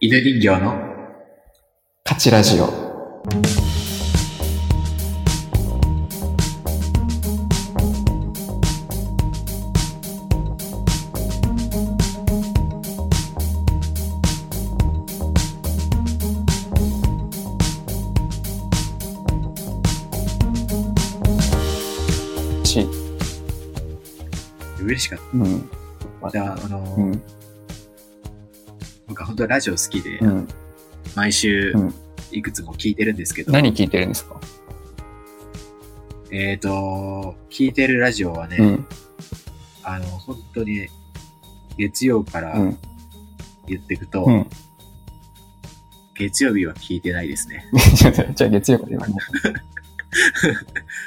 犬人形のカチラジオ。しい。嬉しかっうん。た。じゃあ、あのー、うん。僕は本当ラジオ好きで、うん。毎週うんいくつも聞いてるんですけど、何聞いてるんですかえっ、と、聞いてるラジオはね、うん。あの、本当に月曜かうらん。言っていくと、うん。 月曜日は聞いてないですね。じゃあじゃあ月曜から言わない。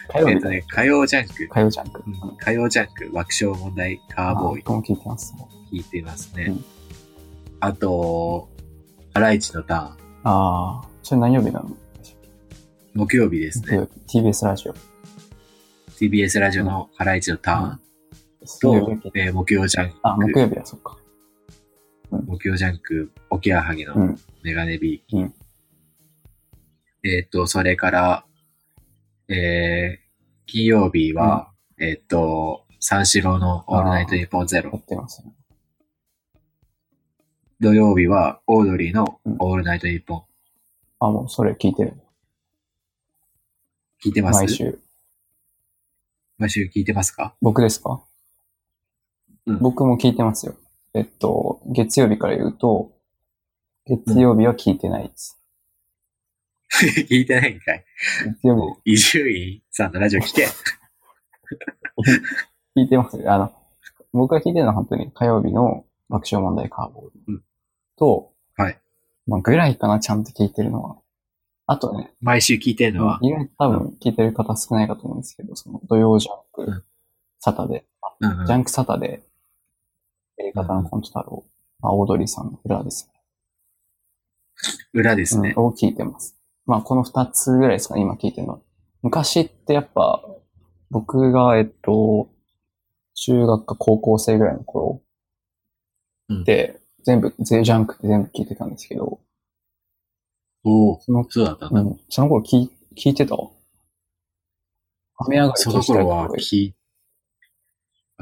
火曜え 日っとね、火曜ジャンク、火曜ジャンク。うん火曜ジャンク、爆笑問題カーボーイ僕も聞いてますね。聞いてますね。うんあと、ハライチのターン、ああ。それ何曜日なの木曜日です木ね。曜日 ?TBS ラジオ。 TBS ラジオのハライチのターン、水と曜日、えー木曜ジャンあ、木ク、曜日はそっか。木曜ジャンク、オキアハギのうん。メガネビー。うんえーっと、それから、えー、金曜日は、えーっと、三四郎のオールナイトニッポンゼやロっ。てますね。土曜日は、オードリーのうんオールナイトニッポン。あ、もうそれ聞いてる。聞いてます毎。週。毎週聞いてますか 僕ですかうん僕も聞いてますよ。えっと、月曜日から言うと、月曜日は聞いてないです。聞いてないんかい。月曜日伊集院さんのラジオ聞け。聞いてます。あの、僕が聞いてるのは本当に火曜日の爆笑問題カーボーイうんと、はい。まあ、ぐらいかな、ちゃんと聞いてるのは。あとね、毎週聞いてるのは、意外と多分聞いてる方少ないかと思うんですけど、その土曜ジャンうんク、サタデうんー、うんジャンクサタデー、映画のコント太郎、まあ、オードリーさんの裏です裏ですね。うんを聞いてます。まあ、この二つぐらいですかね、今聞いてるのは。昔ってやっぱ、僕が、えっと、中学か高校生ぐらいの頃うんで、全部、ゼジャンクって全部聞いてたんですけど、おおその、そうだったんうだ。ん、その頃聞い聞いてた雨上がりそとのしたい頃とはころで聞い、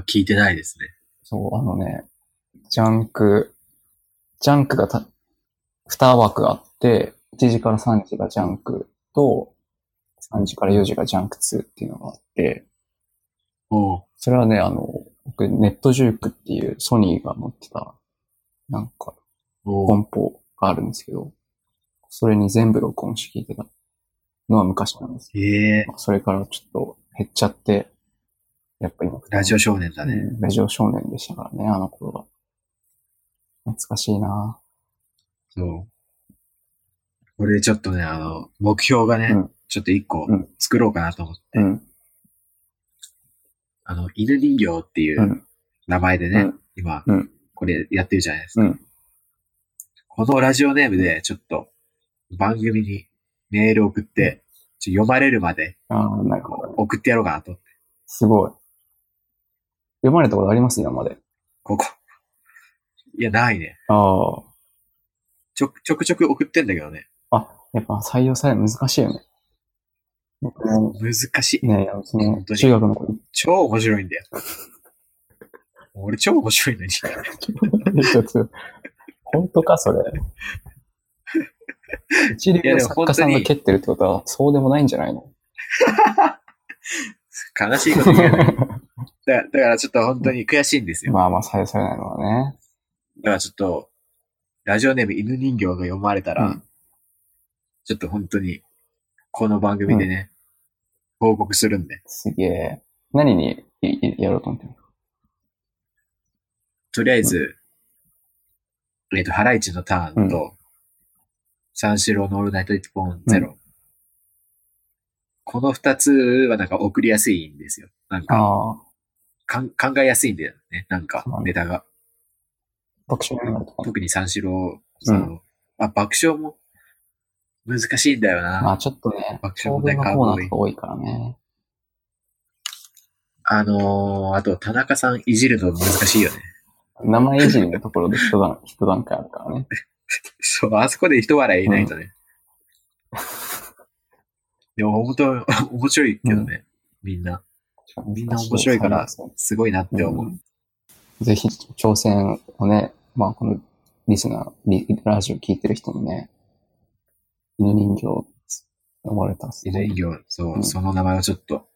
聞いてないですね。そう、あのね、ジャンク、ジャンクがた、2枠あって、1時から3時がジャンクと、3時から4時がジャンク2っていうのがあって、おおそれはね、あの、僕、ネットジュークっていうソニーが持ってた、なんか、お梱お包があるんですけど、それに全部録音して聞いてたのは昔なんですけええど、まあそれからちょっと減っちゃって、やっぱ今、ラジオ少年だね。うんラジオ少年でしたからね、あの頃は。懐かしいなそう。これちょっとね、あの、目標がね、うんちょっと一個うん作ろうかなと思って、うん。。あの、犬人形っていううん名前でね、うん今、うんこれやってるじゃないですか。うん。このラジオネームで、ちょっと、番組にメール送って、ちょ読まれるまでああ、なんか、送ってやろうかなと思って。すごい。読まれたことあります今まで。ここ。いや、ないね。あちょ、ちょくちょく送ってんだけどね。あ。あ、やっぱ採用されるの難しいよね。僕ね難しい。ね、あの本当に中学の頃、超面白い んだよ。俺超面白いのに。一 つ、本当か、そ れ。一流の作家さんが蹴ってるってことは、そうでもないんじゃないの悲しいこと言うね。 だだからちょっと本当に悔しいんですよ。まあまあ、採用されないのはね。だからちょっと、ラジオネーム犬人形が読まれたら、うんちょっと本当に、この番組でね、報告するんで、すげえ。何にいいやろうと思ってるとりあえず、えっ、と、ハライチのターンと、三四郎のオールナイトニッポンゼロ。この二つはなんか送りやすいんですよ。なんかああ、かん、考えやすいんだよね。なんかそうな、んだネタが。爆笑問題とか。特に三四郎、その、あ、爆笑も難しいんだよな。まあちょっとね、爆笑長問題文のカーコボーーナイー。が多いからね。あのー、あと田中さんいじるの難しいよね。 名前いじりのところで一段一段階あるからね。そう、あそこで一笑いいないとね。でも本当、面白いけどね、みんな。みんな面白いからそうすごいなって思う。うんぜひ挑戦をね、まあこのリスナー、リラジオ聞いてる人もね、犬人形生まれたらすご犬い。人形、そう、うんその名前をちょっと、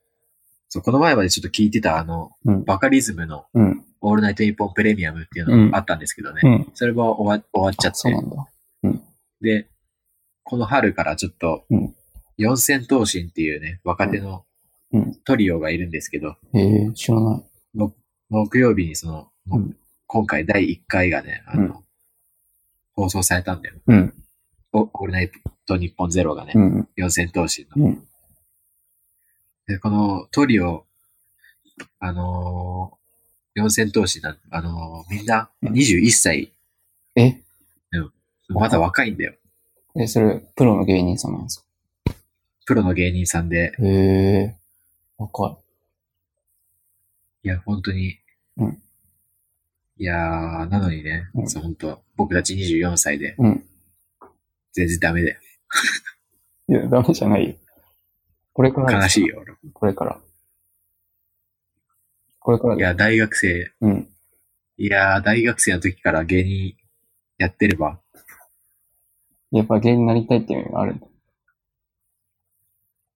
そう、この前までちょっと聞いてたあの、うん。バカリズムのうん。オールナイトインポンプレミアムっていうのがあったんですけどね。うん。それも終わ終わっちゃあそうなっんだ。て。で、この春からちょっとうん、四千頭身っていうね、若手のうんトリオがいるんですけど、ええー、知らない。木曜日にその、うん今回第1回がね、あの、うん放送されたんだよ。うん。おオールナイト日本ゼロがね、うん。四千頭身の。うん。で、このトリオ、あのー、四千頭身な、あのーみんなうん21歳、え、まだ若いんだよ。え、それ、プロの芸人さんなんですプロの芸人さんで、かへえー、若い。いや、本当に。うんいやー、なのにね、うんそう本当僕たち24歳で、うん。全然ダメだよ。いや、ダメじゃないよ。これから悲ですしいよ、俺これから。これからいだよや、大学生、うん。いやー、大学生の時から芸人やってれば、やっぱ芸人になりたいっていう意味があるんだ。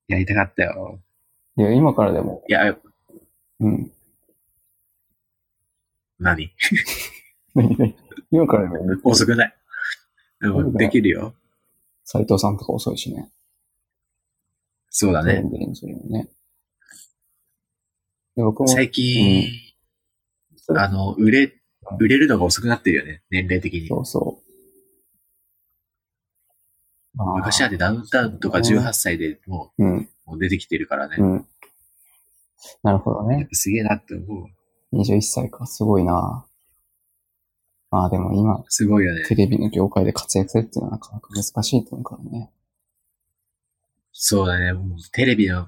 やりたかったよ。いや、今からでも。いや、うん。 何今からでも。遅くない。でそうも、だよできるよ。斎藤さんとか遅いしね。そうだね。芸人するのね。で僕も、最近、うんあの、売れ、売れるのが遅くなってるよね。年齢的に。そうそう。まあ昔なんてダウンタウンとかそうだね18歳でもうん、うもう出てきてるからねう。ん。なるほどやっねぱ。すげえなって思う。 21歳か、すごいな。まあでも今、すごいよね。テレビの業界で活躍するっていうのはなかなか難しいと思うからね。そうだね。もうテレビの、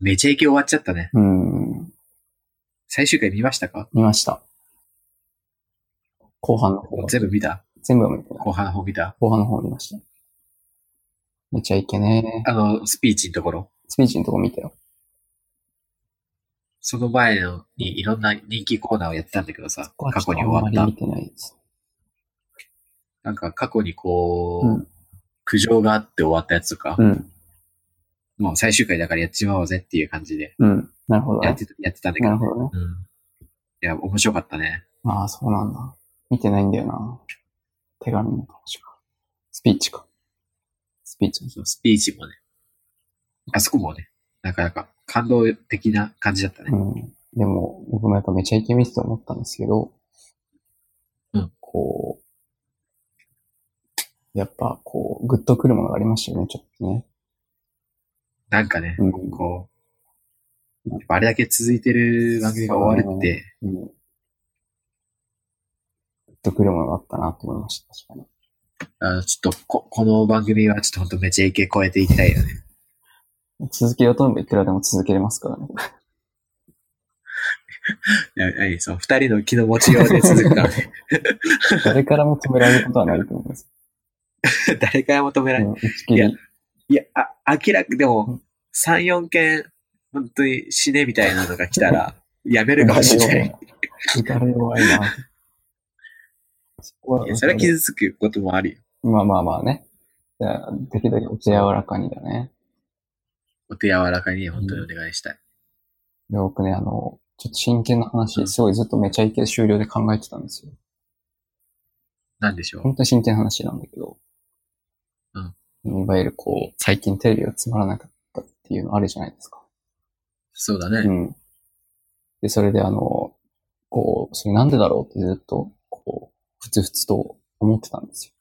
めちゃイケ終わっちゃったね。うん、最終回見ましたか見ました。後半の方、全部見た全部は見てない。後半の方見た後半の方見ました。めちゃいけねえ。あの、スピーチのところ。スピーチのとこ見たよ。その前のにいろんな人気コーナーをやってたんだけどさ、ここは過ちょ去っとに終わあんまっりた。見てないです。なんか過去にこう、うん苦情があって終わったやつとか、うん、もう最終回だからやっちまおうぜっていう感じでうん。なるほどやねっ。てたやってたんだけなどる、ほどね。うん。いや、面白かったね。ああ、そうなんだ。見てないんだよな。手紙の話か。スピーチか。スピーチ。そのスピーチもね。あそこもね、なかなか感動的な感じだったうね。ん。でも、僕もやっぱめちゃイケメンって思ったんですけど、うんこう、やっぱこう、グッとくるものがありましたよね、ちょっとね。なんかね、うんこう、やっぱあれだけ続いてる番組が終わるって、うん。グッとくるものがあったなと思いました、確かに。あの、ちょっとこ、この番組はちょっとほんとめちゃイケ超えていきたいよね。続けようと思えばいくらでも続けれますからね。いや、何その二人の気の持ちようで続くから ね。誰からも止められることはないと思います。誰から求めらうれない。ん打ち切いやり。いや、あ、明らか、でうもん、 3、4件、本当に死ねみたいなのが来たら、やめるかもしれない。打たれ弱いな。そこはいやそれは傷つくこともあるよ。まあまあまあね。じゃあ、できるだけお手柔らかにだね。お手柔らかに本当にお願いしたい。で、僕ね、あの、ちょっと真剣なう話、んすごいずっとめちゃイケ終了で考えてたんですよ。なんでしょう。本当に真剣な話なんだけど。うん。いわゆるこう、最近テレビがつまらなかったっていうのあるじゃないですか。そうだうね。ん。で、それであの、こう、それなんでだろうってずっと、こう、ふつふつと思ってたんですよ。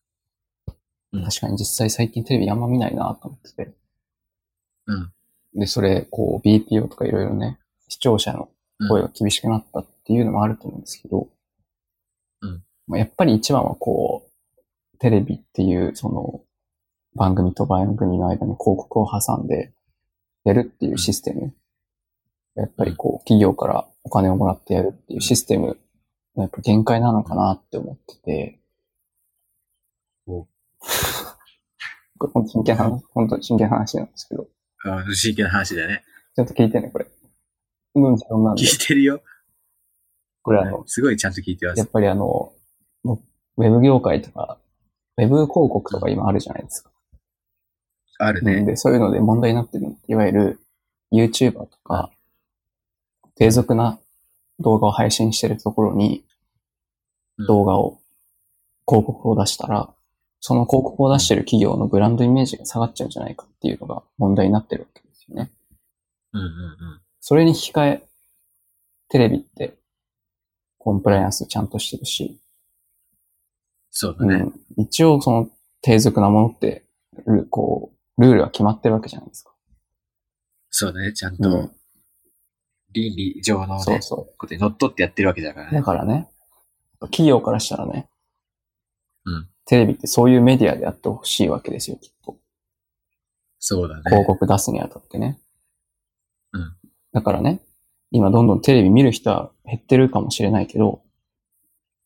うん確かに実際最近テレビあんま見ないなと思ってて。うん。で、それ、こう、BPO とかいろいろね、視聴者の声が厳しくなったっていうのもあると思うんですけど、うん。まあ、やっぱり一番はこう、テレビっていう、その、番組と番組の間に広告を挟んで、やるっていうシステム。やっぱりこう、企業からお金をもらってやるっていうシステム、やっぱ限界なのかなって思ってて、おこれ本当真剣な話、本当真剣な話なんですけど。うん、真剣な話だね。ちょっと聞いてね、これ。うん、そんなんで聞。いてるよ。これあの、すごいちゃんと聞いてまやすっ。ぱりあの、もうウェブ業界とか、ウェブ広告とか今あるじゃないですか。あるうんね。で、そういうので問題になってるのっていわゆる YouTuber とか、低俗な動画を配信してるところにうん動画を、広告を出したら、その広告を出してる企業のブランドイメージが下がっちゃうんじゃないかっていうのが問題になってるわけですよね。うんうんうん。それに引き換え、テレビってコンプライアンスちゃんとしてるし、そうだうね。ん、一応その低俗なものって、ルこう、ルールは決まってるわけじゃないですか。そうだね。ちゃんうとん、倫理上のそねう、そことに乗っ取ってやってるわけだからう。だね。からね、企業からしたらね、うんテレビってそういうメディアであってほしいわけですよ、きっと。そうだ広ね。告出すにあたってね。うんだからね、今どんどんテレビ見る人は減ってるかもしれないけど、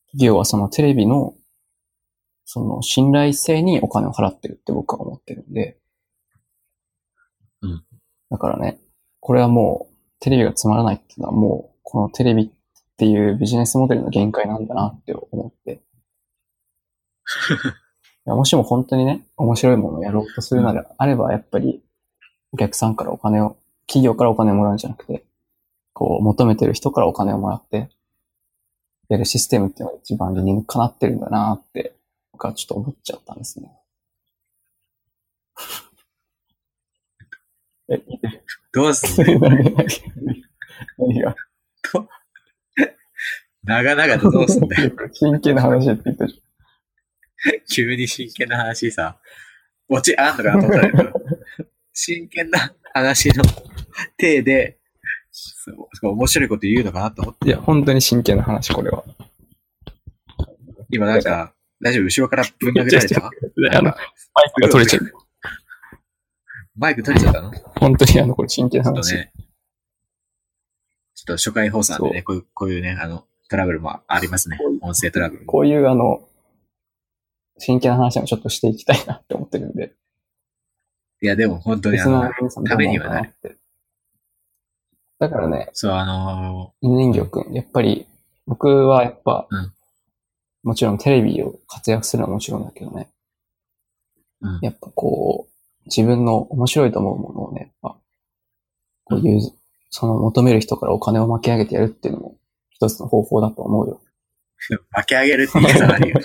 企業はそのテレビの、その信頼性にお金を払ってるって僕は思ってるんで。うんだからね、これはもうテレビがつまらないっていうのはもうこのテレビっていうビジネスモデルの限界なんだなって思って。 いやもしも本当にね、面白いものをやろうとするなら、あればやっぱりお客さんからお金を、企業からお金をもらうんじゃなくて、こう、求めてる人からお金をもらって、やるシステムっていうのが一番理にかなってるんだなって、僕はちょっと思っちゃったんですね。え、どうすんの 何が何が長々とどうすんだ よ。真剣な話って言ったじ急に真剣な話さ。オチあんのかなと思ったけど。真剣な話の体で、そうそう面白いこと言うのかなと思って。ゃん。いや、本当に真剣な話、これは。今なんか、大丈夫後ろからぶん殴られたあの、マイクが取れちゃう。マイク取れちゃったのち本当にあの、これ真剣なょっと話。ね。ちょっと初回放送なんでね、こういう、こういうね、あの、トラブルもありますね。音声トラブル。 こういうあの、真剣な話もちょっとしていきたいなって思ってるんで、いや、でも本当にリあスナーのの、皆さんためにはなどうる思うかって。だからね、そう、あの犬人形くん、やっぱり、僕はやっぱ、うんもちろんテレビを活躍するのはもちろんだけどね、うんやっぱこう、自分の面白いと思うものをね、やっぱ、こういう、その求める人からお金を巻き上げてやるっていうのも、一つの方法だと思うよ。ー、巻き上げるって言い方ある よ。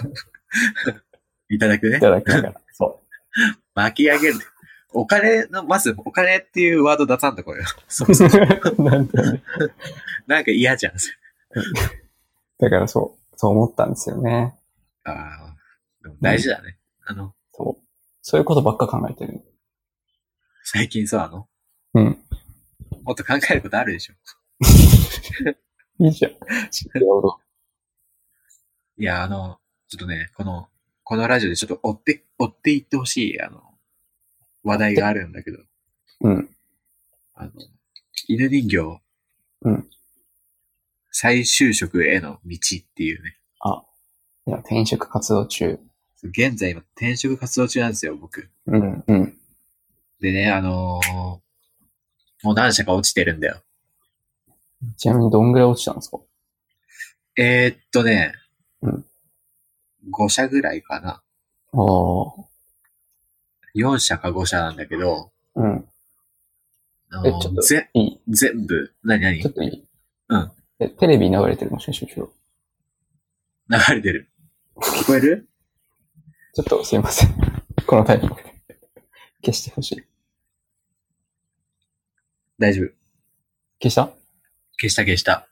いただくねい。ただき ながら。そ巻き上げる。お金の、まず、お金っていうワード出さんとこよ。そうそう。う。なんてねなんか嫌じゃん。だからそう、そう思ったんですよね。ああ、でも大事だね。あの、そう。そういうことばっか考えてる。最近さ、あの、うん。もっと考えることあるでしょ。いいじゃん。なるほど。いや、あの、ちょっとね、この、このラジオでちょっと追って、追っていってほしい、あの、話題があるんだけど、うん。あの、犬人形、うん。再就職への道っていうね、あ、いや、転職活動中。現在今転職活動中なんですよ、僕。うん。うん。でね、あのーもう何社か落ちてるんだよ。ちなみにどんぐらい落ちたんですかえー、っとね、うん5社ぐらいかな。ああ。 4社か5社なんだけど、うん。あえ、のちょっーと、ぜいい全部、なになにちょっといいうん。え、テレビ流れてるもしかして後ろ。流れてる。聞こえるちょっとすいません。 このタイミングで。消してほしい。大丈夫。消した消した消した。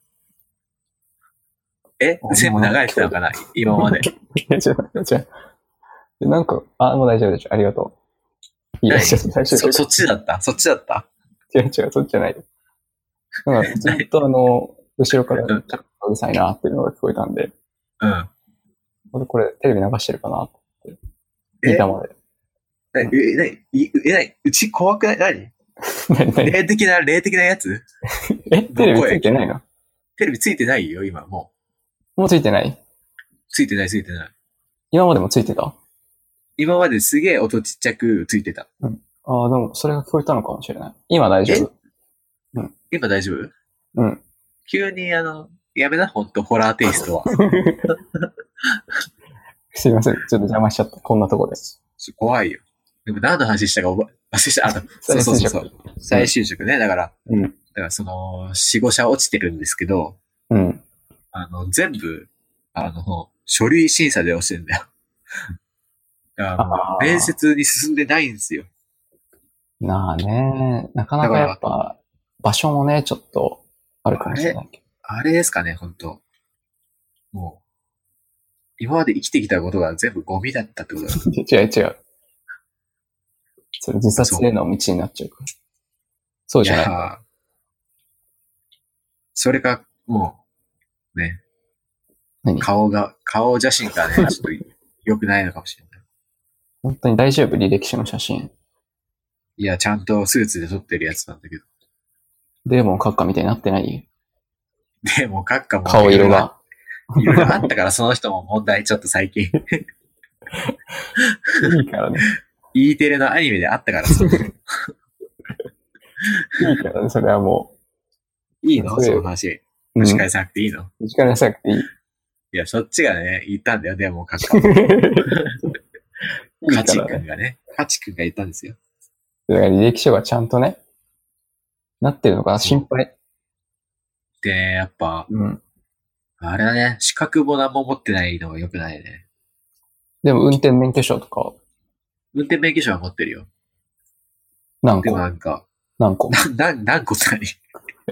えあ全部流れてたのかな今ま で。いや、違う、違う。でなんか、あ、もう大丈夫でしょ。ありがとう。いいよ、はいちょっと大丈夫そ、そっちだったそっちだった違う違う、そっちじゃないよ。なんか、ずっとあの、後ろから、ちょっとうるさいなっていうのが聞こえたんで、うん。俺これテレビ流してるかなえ聞いたまで。え、え、なにいえ、なにうち怖くない何何何霊的な、霊的なやつ え、テレビついてないのテレビついてないよ、今、も。もうついてないうついてない、ついてない。今までもついてた今まですげえ音ちっちゃくついてた。ああ、でも、それが聞こえたのかもしれない。今大丈夫。今大丈夫うん。急にあの、やめな、ほんと、ホラーテイスト は。すいません。ちょっと邪魔しちゃった。こんなとこで。怖いよ。でも何の話したか覚え、忘れした。あの、そうそうそうそう。 最最終職ね。だから、うんだからその、四五社落ちてるんですけど、うん。あの、全部、あの、書類審査で落ちてるんだよ。 だからもうあー面接に進んでないんですよ。なあね。なかなかやっぱ、場所もね、ちょっと、あるかもしれ ないけど。あれですかね、本当もう、今まで生きてきたことが全部ゴミだったってことだ。違う違う。それ自殺への道になっちゃうから。そうじゃない。やーそれか、もう、ね、何顔が、顔写真 がね、ちょっと良くないのかもしれない。本当に大丈夫履歴書の写真。いや、ちゃんとスーツで撮ってるやつなんだけど。デーモン閣下みたいになってないでも、閣下も。顔色。が。いろいろあったから、その人も問題ちょっと最 近。いいからね。 E テレのアニメであったからさ。いいからね。それはもいいのそうその話。う。う打ん。ち返さなくていいの、打ち返さなくてい い。いや、そっちがね、言ったんだよ。でも、閣下。いいカかチらね。君がね。カチ君が言ったんですよ。だから履歴書がちゃんとね、なってるのかな心配。で、やっぱ、うん。あれだね、資格も何も持ってないのが良くないね。でも運転免許証とか、運転免許証は持ってるよ。何でも個なんか、何個な、な、何個って 何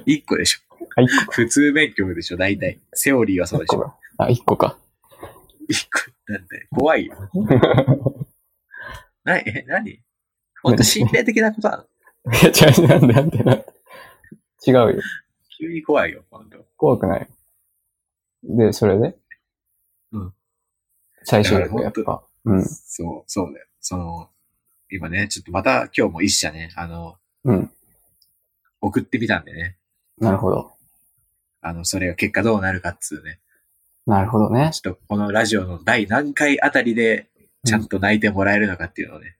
?1 個でしょ。あ、1個か。普通免許でしょ、大体。セオリーはそう1でしょ。個か。あ、一個か。 1個。なんて、怖いよ。な、え、何ほんと心霊的なことなのいや、違う、なんで、なんで、なんで。違うよ。急に怖いよ、ほんと。怖くない。で、それでうん。最終的にやだっからぱ。うん。そう、そうだよ。その、今ね、ちょっとまた今日も一社ね、あの、うん。送ってみたんでね。なるほど。あの、それが結果どうなるかっつうね。なるほどね。ちょっとこのラジオの第何回あたりで、ちゃんと泣いてもらえるのかっていうのをね、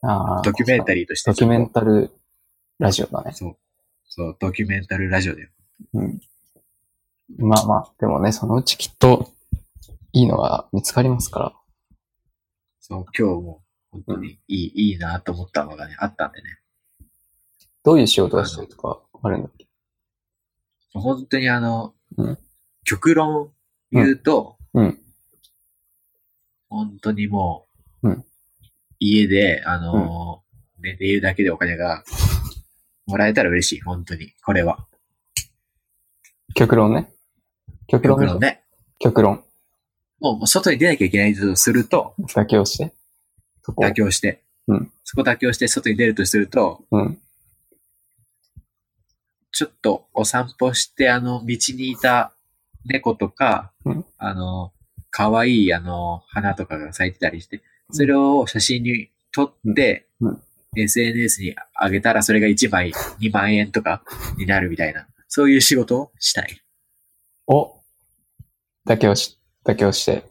ああ。ドキュメンタリー。リーとしてドキュメンちタルラジオだょっとね。そう。そう、ドキュメンタルラジオで。うん。まあまあ、でもね、そのうちきっと、いいのが見つかりますから。そう、今日も、本当にいい、いいなと思ったのがね、あったんでね。どういう仕事をしてるとかあるんだっけ本当にあの、うん極論言うと、うんうん本当にもう、うん家で、あのー寝ているだけでお金がもらえたら嬉しい、本当に。これは。極論ね。極論極論ね。極論。もうもう外に出なきゃいけないとすると、妥協して。そこ妥協して、うんそこ妥協して外に出るとすると、うん。ちょっとお散歩して、あの、道にいた猫とか、うんあの、可愛い、あの、花とかが咲いてたりして、それを写真に撮って、うんうん SNS に上げたら、それが1枚、2万円とかになるみたいな、そういう仕事をしたい。を、妥協し、妥協して、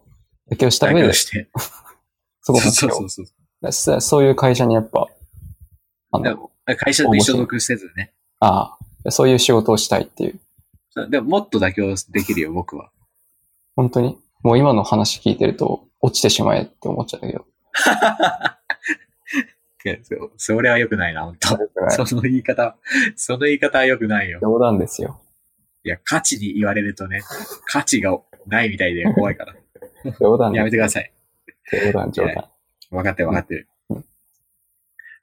妥協した上妥で協、して。そこそうそうそ妥協うそう。そそういう会社にやっぱ、あでの、も会社に所属せずね。ああ、そういう仕事をしたいっていう。そうでも、もっと妥協できるよ、僕は。本当に。もう今の話聞いてると、落ちてしまえって思っちゃったけど。いやそうそれは良くないな、本当その言い方、その言い方は良くないよ。冗談ですよ。いや、価値に言われるとね、価値がないみたいで怖い から。冗談やでめてください。す。冗談、冗いや談。分かってる分かってるうん。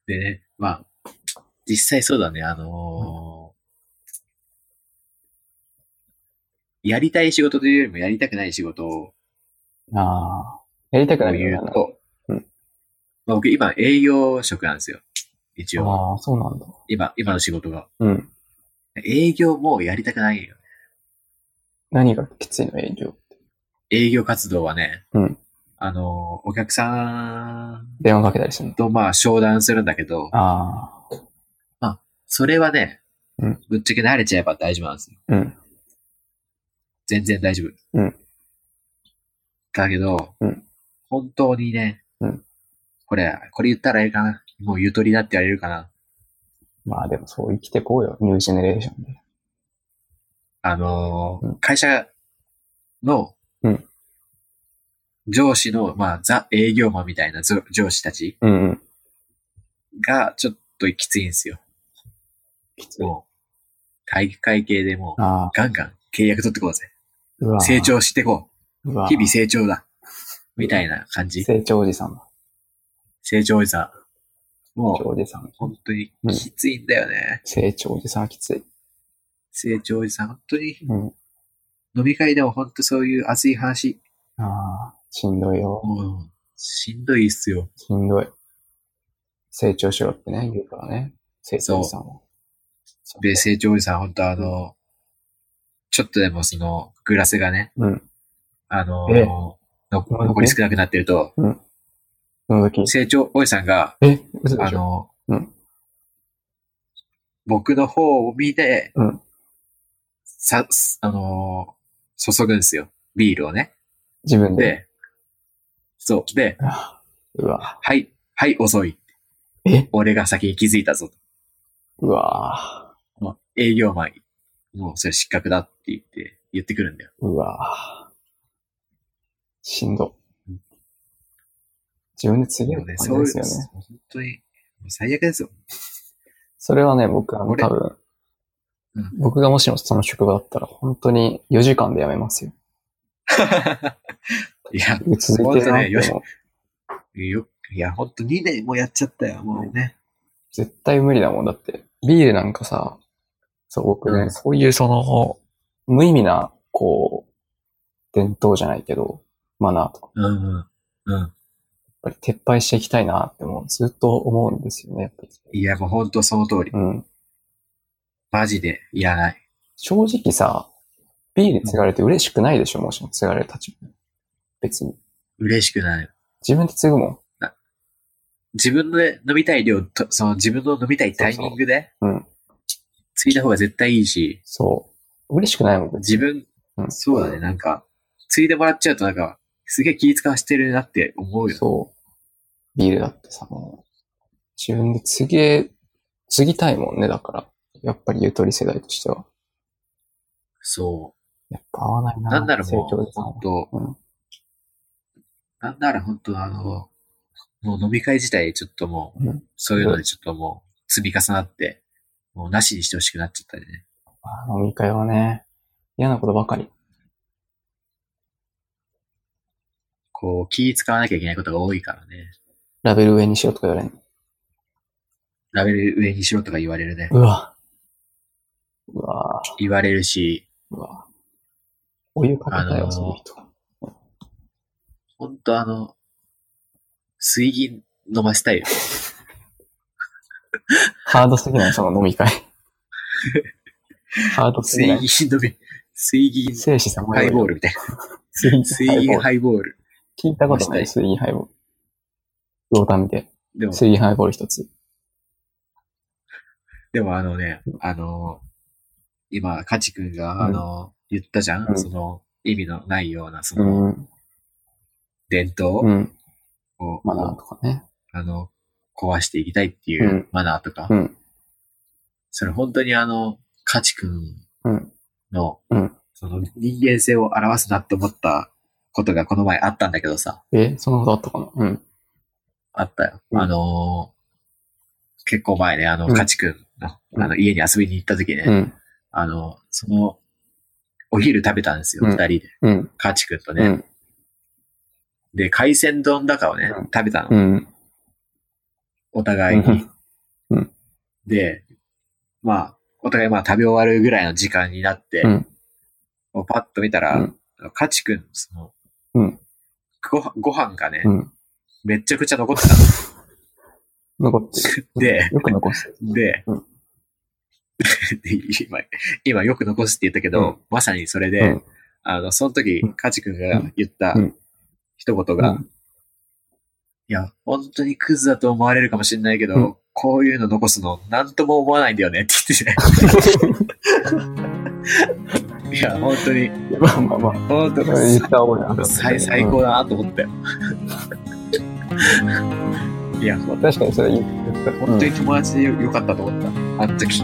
でね、まあ、実際そうだね、あのーやりたい仕事というよりもやりたくない仕事をああ。やりたくなる言ような。と、うんまあ、僕今営業職なんですよ。一応、ああ、そうなんだ。今、今の仕事が。うん。営業もやりたくないよ。何がきついの営業。営業活動はね、うんあのー、お客さん電話かけたりするの。とまあ商談するんだけど、ああ。それはね、うんぶっちゃけ慣れちゃえば大丈夫なんですよ。うん。全然大丈夫。うんだけど、うん本当にね、うんこれ、これ言ったらええかな。もうゆとりだって言われるかな。まあでもそう生きてこうよ、ニュージェネレーションで。あのーうん会社のうん、上司の、まあ、ザ営業マンみたいなぞ上司たちうんうん。が、ちょっときついんですよ。きつい。もう、体育会系でもう、ああ、ガンガン契約取ってこうぜ。うわ成。長してこうう。わ日々成長だ。みたいな感じ。成長おじさんだ。成長おじさん。成長もう、おじさん。本当にきついんだよね。成長おじさんはきつい。成長おじさん、本当に、うん。飲み会でも本当そういう熱い話、ああ、しんどいよ。もう、しんどいっすよ。しんどい。成長しろってね、言うからね。成長おじさんは。で、成長おじさん、本当あの、ちょっとでもその、グラスがね、うん。あのええの残り少なくなってると、その時。成長おじさんが、え、嘘であしょの、うん僕の方を見て、うんさ、あの、注ぐんですよ。ビールをね。自分で。で、そう。で、あうわ、はい、はい、遅い。え俺が先に気づいたぞ。うわ、営業マン、もうそれ失格だって言って、言ってくるんだよ。うわ。しんど。自分で次でのもね、感そうじいでう、すよね。本当に、もう最悪ですよ。 それはね、僕、あの、俺多分、うん僕がもしもその職場だったら、本当に4時間で辞めますよ。いや、続いてるなっ本当ねて4時もうよ、いや、ほんと2年もやっちゃったよ、もうね。絶対無理だもん。だって、ビールなんかさ、そう、僕ね、うんそういうその、無意味な、こう、伝統じゃないけど、マナーとか、うんうん。うん。やっぱり撤廃していきたいなってもうずっと思うんですよね、やっぱり。いや、もうほんとその通り。うん。マジでいらない。正直さ、ビール継がれて嬉しくないでしょ、もしも継がれる立場。別に。嬉しくない。自分で継ぐもん。自分で飲みたい量と、その自分の飲みたいタイミングで、うん。ついた方が絶対いいし、そう。嬉しくないもん、別に自分、うんそうだね、なんか、ついでもらっちゃうとなんか、すげえ気使わしてるなって思うよ。そう。ビールだってさ、もう、自分で継げ、継ぎたいもんね、だから。やっぱりゆとり世代としては。そう。やっぱ合わないな。なんなら成も長うで、さ。本当、うんなんなら本当あの、もう飲み会自体ちょっともう、うんそういうのでちょっともう積み重なって、もうなしにしてほしくなっちゃったりね。あ飲み会はね、嫌なことばかり。こう気使わなきゃいけないことが多いからね。ラベル上にしようとか言われる。ラベル上にしろとか言われるね。うわ。うわ言われるし、うわお湯かけたあのよ、ーその人。本当あの、水銀飲ませたいよ。 ハードすぎない、その飲み会。ハードすぎ水ない。銀飲み、水銀生死さまハイボールみ たいな。水銀水ハイボ銀ールハイボール。聞いたことない、水銀ハイボール。ロータ見て、でも、水銀ハイボール一つ。でもあのね、あの、今、カチ君が、あの、言ったじゃん、うんその、意味のないような、そうの、ん。伝う統ん。を、マナーとかね。あの、壊していきたいっていううんマナーとか、うん。それ本当にあの、カチ君うん。の、うんその人間性を表すなって思ったことがこの前あったんだけどさ、え、そんなことあったかなうん。あったよ。うんあの結構前ね、あの、うんカチ君の、うんあの、家に遊びに行った時ね、うん。あの、その、お昼食べたんですよ、うん二人で。うん。カチ君とね、うん。で、海鮮丼だかをねうん、食べたの。うん。お互いに。うんで、まあ、お互いまあ食べ終わるぐらいの時間になって、うんもうパッと見たら、うんカチ君のその、うんご飯ご飯がね、うん。めっちゃくちゃ残ってたの。残ってる。でよく残してる。で、うんで 今、今よく残すって言ったけど、うんまさにそれで、うんあの、その時うん、カチ君が言ったうん一言が、いや、本当にクズだと思われるかもしれないけど、うんこういうの残すの何とも思わないんだよねって言って ね。いや、本当に、うんまあまあまあ。本当言った覚えなかった最最高だなと思ったよ。いや、本確かにそれ言った。当に友達でよよかったと思った。あの時。